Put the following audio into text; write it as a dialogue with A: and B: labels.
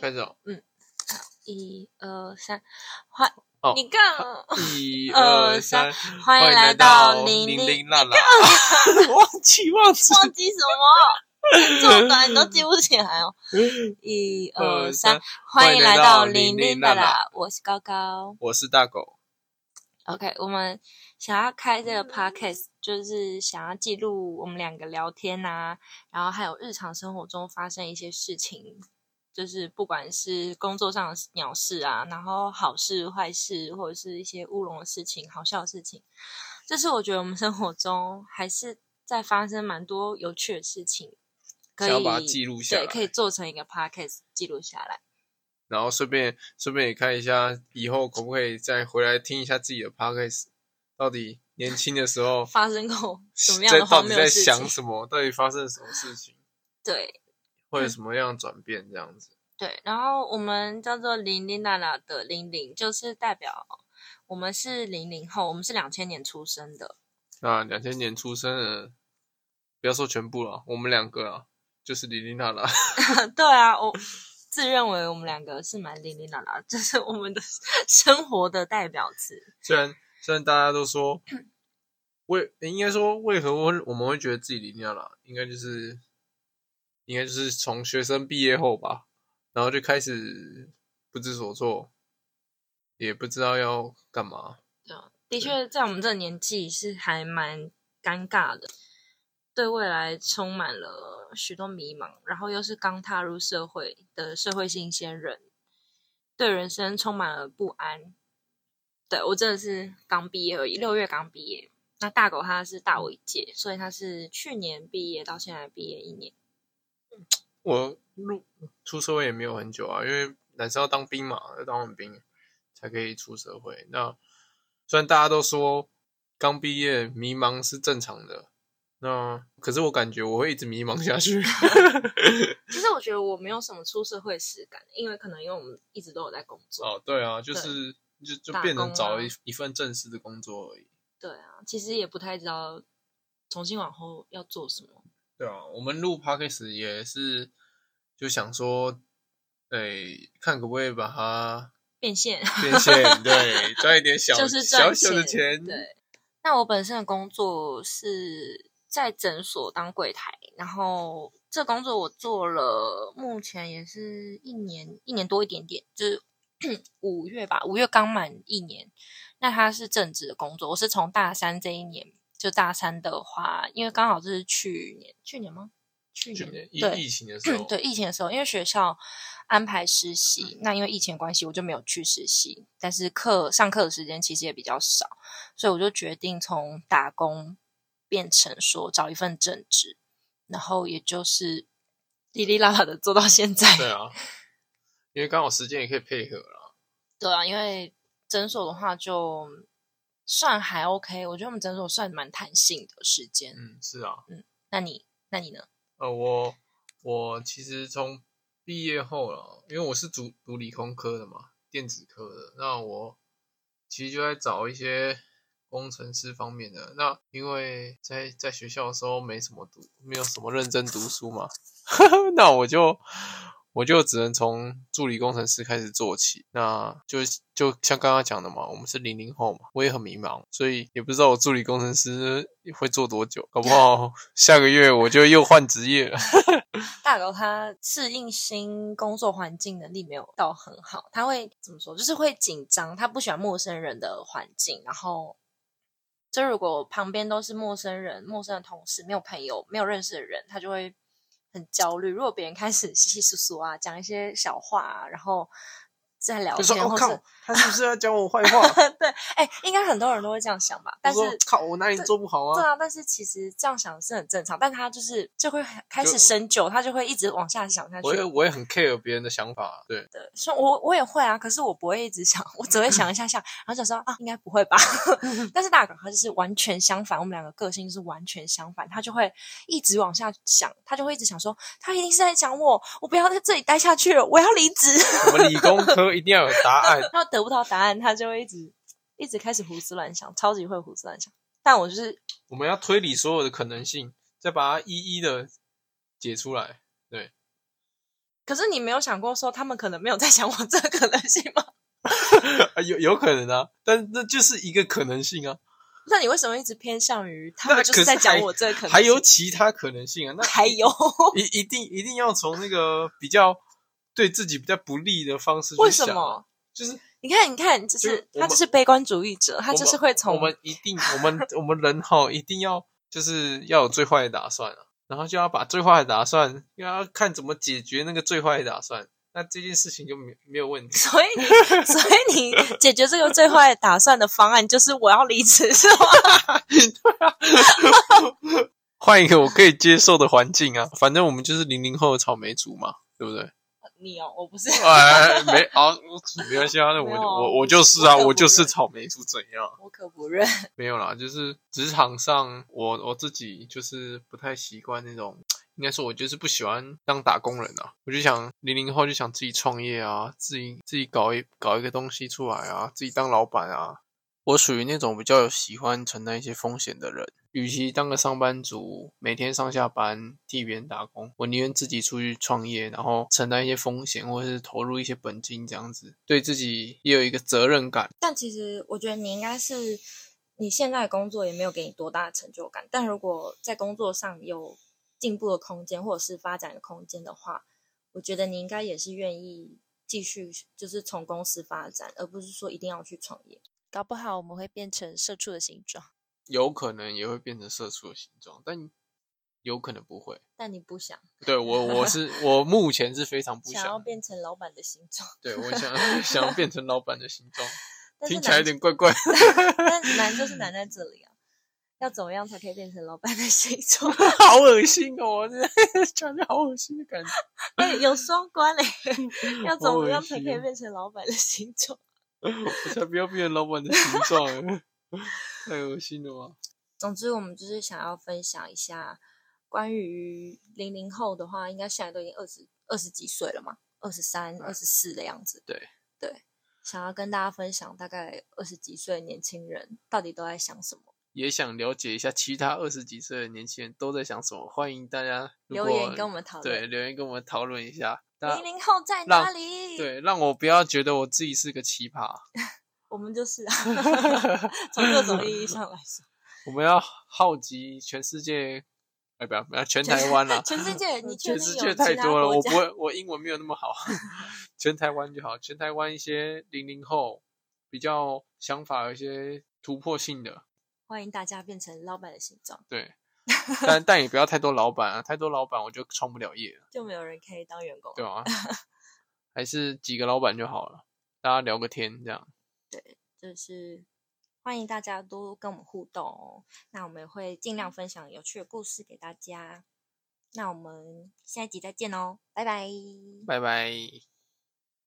A: 开始哦，
B: 一二三，欢
A: 哦
B: 你 干，
A: 一
B: 二
A: 二三，
B: 呃欢迎来
A: 到
B: 到零
A: 零
B: 零，
A: 娜 娜，忘记忘记，
B: 忘记什么？ 这么短你都记不起来哦。一二
A: 二
B: 三
A: 呃三，
B: 欢迎来到零
A: 零
B: 零
A: 零娜
B: 娜娜
A: 娜，
B: 我是高高。
A: 我是大狗，
B: OK，我们想要开这
A: 嗯
B: 个 podcast，就是想要记录我们两个聊天呐、然后还有日常生活中发生一些事情，就是不管是工作上的鸟事啊，然后好事坏事，或者是一些乌龙的事情、好笑的事情，这是我觉得我们生活中还是在发生蛮多有趣的事情，可
A: 想要把它
B: 以
A: 记录下
B: 对，可
A: 来，
B: 以做成一个 podcast 记录下来。
A: 然后顺便顺便也看一下以后可不可以再回来听一下自己的 podcast，到底年轻的时 候
B: 发生过什么样
A: 在
B: 的
A: 到
B: 荒
A: 底
B: 谬的
A: 在
B: 事
A: 想
B: 情？嗯
A: 什么，到底发生了什么事情，
B: 对，
A: 会有什么样的转变这样子。
B: 对，然后我们叫做零零娜娜的零零，就是代表我们是零零后，我们是两千年出生的。
A: 那两千年出生的，不要说全部了，我们两个啊，就是李丽娜啦。
B: 对啊，我自认为我们两个是蛮零零娜娜，这是我们的生活的代表词。
A: 虽然虽然大家都说为，应该说为何我我们会觉得自己李丽娜啦，应该就是应该就是从学生毕业后吧，然后就开始不知所措，也不知道要干嘛。
B: 啊的确，在我们这个年纪是还蛮尴尬的，对未来充满了许多迷茫，然后又是刚踏入社会的社会新鲜人，对人生充满了不安。对我真的是刚毕业而已，六月刚毕业。那大狗他是大我一届，所以他是去年毕业到现在毕业一年。
A: 我入出社会也没有很久啊，因为男生要当兵嘛，要当完兵才可以出社会。那虽然大家都说刚毕业迷茫是正常的，那可是我感觉我会一直迷茫下去。
B: 其实我觉得我没有什么出社会实感，因为可能因为我们一直都有在工作。
A: 哦，对啊，就是就就
B: 打
A: 变成
B: 工
A: 找
B: 啊
A: 一一份正式的工作而已。
B: 对啊，其实也不太知道重新往后要做什么。
A: 对啊，我们录 podcast 也是就想说，诶、看可不可以把它
B: 变现，
A: 变现，对，赚一点小
B: 就是
A: 小
B: 赚
A: 小的
B: 钱
A: 钱，
B: 对，那我本身的工作是在诊所当柜台，然后这工作我做了，目前也是一年一年多一点点，就是 五月吧，五月刚满一年。那它是正职的工作，我是从大三这一年，就大三的话，因为刚好是去年，去年吗？去
A: 去
B: 年
A: 年疫
B: 对
A: 疫情 的时候，
B: 对，疫情的时候，因为学校安排实习，那因为疫情的关系，我就没有去实习，但是课上课的时间其实也比较少，所以我就决定从打工变成说找一份正职，然后也就是哩哩啦啦的 做到现在。
A: 对啊，因为刚好时间也可以配合啦。
B: 对啊，因为诊所的话就算还 OK，我觉得我们诊所算蛮弹性的时间。
A: 嗯，是啊，
B: 那你，那你呢？
A: 呃，我我其实从毕业后了，因为我是读读理工科的嘛，电子科的，那我其实就在找一些工程师方面的。那因为在在学校的时候没什么读，没有什么认真读书嘛， 那我就我就只能从助理工程师开始做起。那就就像刚刚讲的嘛，我们是零零后嘛，我也很迷茫，所以也不知道我助理工程师会做多久，搞不 好下个月我就又换职业了。
B: 大狗他适应新工作环境能力没有到很好，他会怎么说？就是会紧张，他不喜欢陌生人的环境。然后，就如果旁边都是陌生人、陌生的同事、没有朋友、没有认识的人，他就会很焦虑。如果别人开始稀稀疏疏啊，讲一些小话、啊，然后在聊
A: 就说
B: 天，
A: 我、
B: 或是
A: 靠，他是不是要讲我坏 话？
B: 对，哎、应该很多人都会这样想吧？但是
A: 我说靠，我哪里做不好
B: 对
A: 啊？
B: 啊，但是其实这样想是很正常，但他就是就会开
A: 就
B: 始深究，他就会一直往下想 下去。
A: 我也我也很 care 别人的想法，对，
B: 的，说我我也会啊，可是我不会一直想，我只会想一下下，然后想说啊，应该不会吧。
A: 嗯
B: 但是大狗他就是完全相反，我们两个个性是完全相反，他就会一直往下想，他就会一直想说，他一定是在讲我，我不要在这里待下去了，我要离职。，
A: 我们理工科一定要有答案
B: 然后得不到答案，他就会一直一直开始胡思乱想，超级会胡思乱想。但我就是
A: 我们要推理所有的可能性，再把它一一的解出来。
C: 可是你没有想过说他们可能没有在想我这个可能性 吗？
A: 啊有有可能啊，但那就是一个可能性啊。
C: 那你为什么一直偏向于他
A: 那
C: 们就
A: 可是
C: 在讲
A: 还
C: 我这个可能性？
A: 还有其他可能性啊？那
C: 还有，
A: 一一定一定要从那个比较对自己比较不利的方式去
C: 为
A: 想
C: 什
A: 啊，
C: 么？
A: 就是
C: 你看，你看，就
A: 就是是我
C: 他就
A: 们
C: 是悲观主义者，他
A: 我
C: 就是
A: 们
C: 会从
A: 我们一定，我们 我们人哈，一定要就是要有最坏的打算啊，然后就要把最坏的打算，又要看怎么解决那个最坏的打算，那这件事情就没没有问题。
C: 所以你，所以你解决这个最坏的打算的方案就是我要离职，是 吗？
A: 换一个我可以接受的环境啊，反正我们就是零零后的草莓族嘛，对不对？
C: 你哦，我不是，
A: 哎，没啊，没关系啊，那我
C: 没有啊
A: 我我就是啊，
C: 我可不
A: 我就是
C: 认
A: 草莓族，怎样？
C: 我可不认。
A: 没有啦，就是职场上我我自己就是不太习惯那种，应该说我就是不喜欢当打工人啊。我就想零零后就想自己创业啊，自己自己搞一搞一个东西出来啊，自己当老板啊。我属于那种比较有喜欢承担一些风险的人，与其当个上班族，每天上下班替别人打工，我宁愿自己出去创业，然后承担一些风险，或者是投入一些本金这样子，对自己也有一个责任感。
B: 但其实我觉得你应该是，你现在的工作也没有给你多大的成就感，但如果在工作上有进步的空间或者是发展的空间的话，我觉得你应该也是愿意继续就是从公司发展，而不是说一定要去创业。
C: 搞不好我们会变成社畜的形状，
A: 有可能也会变成社畜的形状，但有可能不会。
B: 但你不想
A: 对我，我是我目前是非常不
B: 想要
A: 想，
B: 变成老板的形状，
A: 对我想想要变成老板的形状，
B: 但是
A: 听起来有
B: 难，
A: 点怪怪。
B: 但难就是难在这里啊！要怎么样才可以变成老板的形状？
A: 好恶心哦！ 这感觉好恶心的 感觉。
B: 哎有双关嘞、 要怎
A: 好
B: 么
A: 恶
B: 样才可以
A: 心哦
B: 变成老板的形状？
A: 我才不要变成老板的形状欸，太恶心了吧？
B: 总之，我们就是想要分享一下关于零零后的话，应该现在都已经二十二十几岁了嘛，二十三、二十四的样子。
A: 对
B: 对，想要跟大家分享，大概二十几岁的年轻人到底都在想什么？
A: 也想了解一下其他二十几岁的年轻人都在想什么，欢迎大家如
B: 留
A: 果
B: 言跟我们讨
A: 对
B: 论。
A: 留言跟我们讨论一下。大家
B: 零零后在哪
A: 让
B: 里？，
A: 对，让我不要觉得我自己是个奇葩。
B: 我们就是 啊，从各种意义上来说，，
A: 我们要浩集全世界，哎，不要不要，全 台湾啦
B: 全世界，你确
A: 全
B: 定
A: 世
B: 有
A: 界
B: 其
A: 太
B: 他
A: 多了，
B: 国
A: 我
B: 家
A: 不会，我英文没有那 么好，全台湾就好，全台湾一些零零后比较想法有一些突破性的，
B: 欢迎大家变成老板的形状，
A: 对， 但但也不要太多老板啊，太多老板我就创不了业了，
B: 就没有人可以当员工了。
A: 对 吧、还是几个老板就好了，大家聊个天这样。
B: 就是欢迎大家多跟我们互动哦。那我们也会尽量分享有趣的故事给大家。那我们下一集再见哦，拜拜。
A: 拜拜。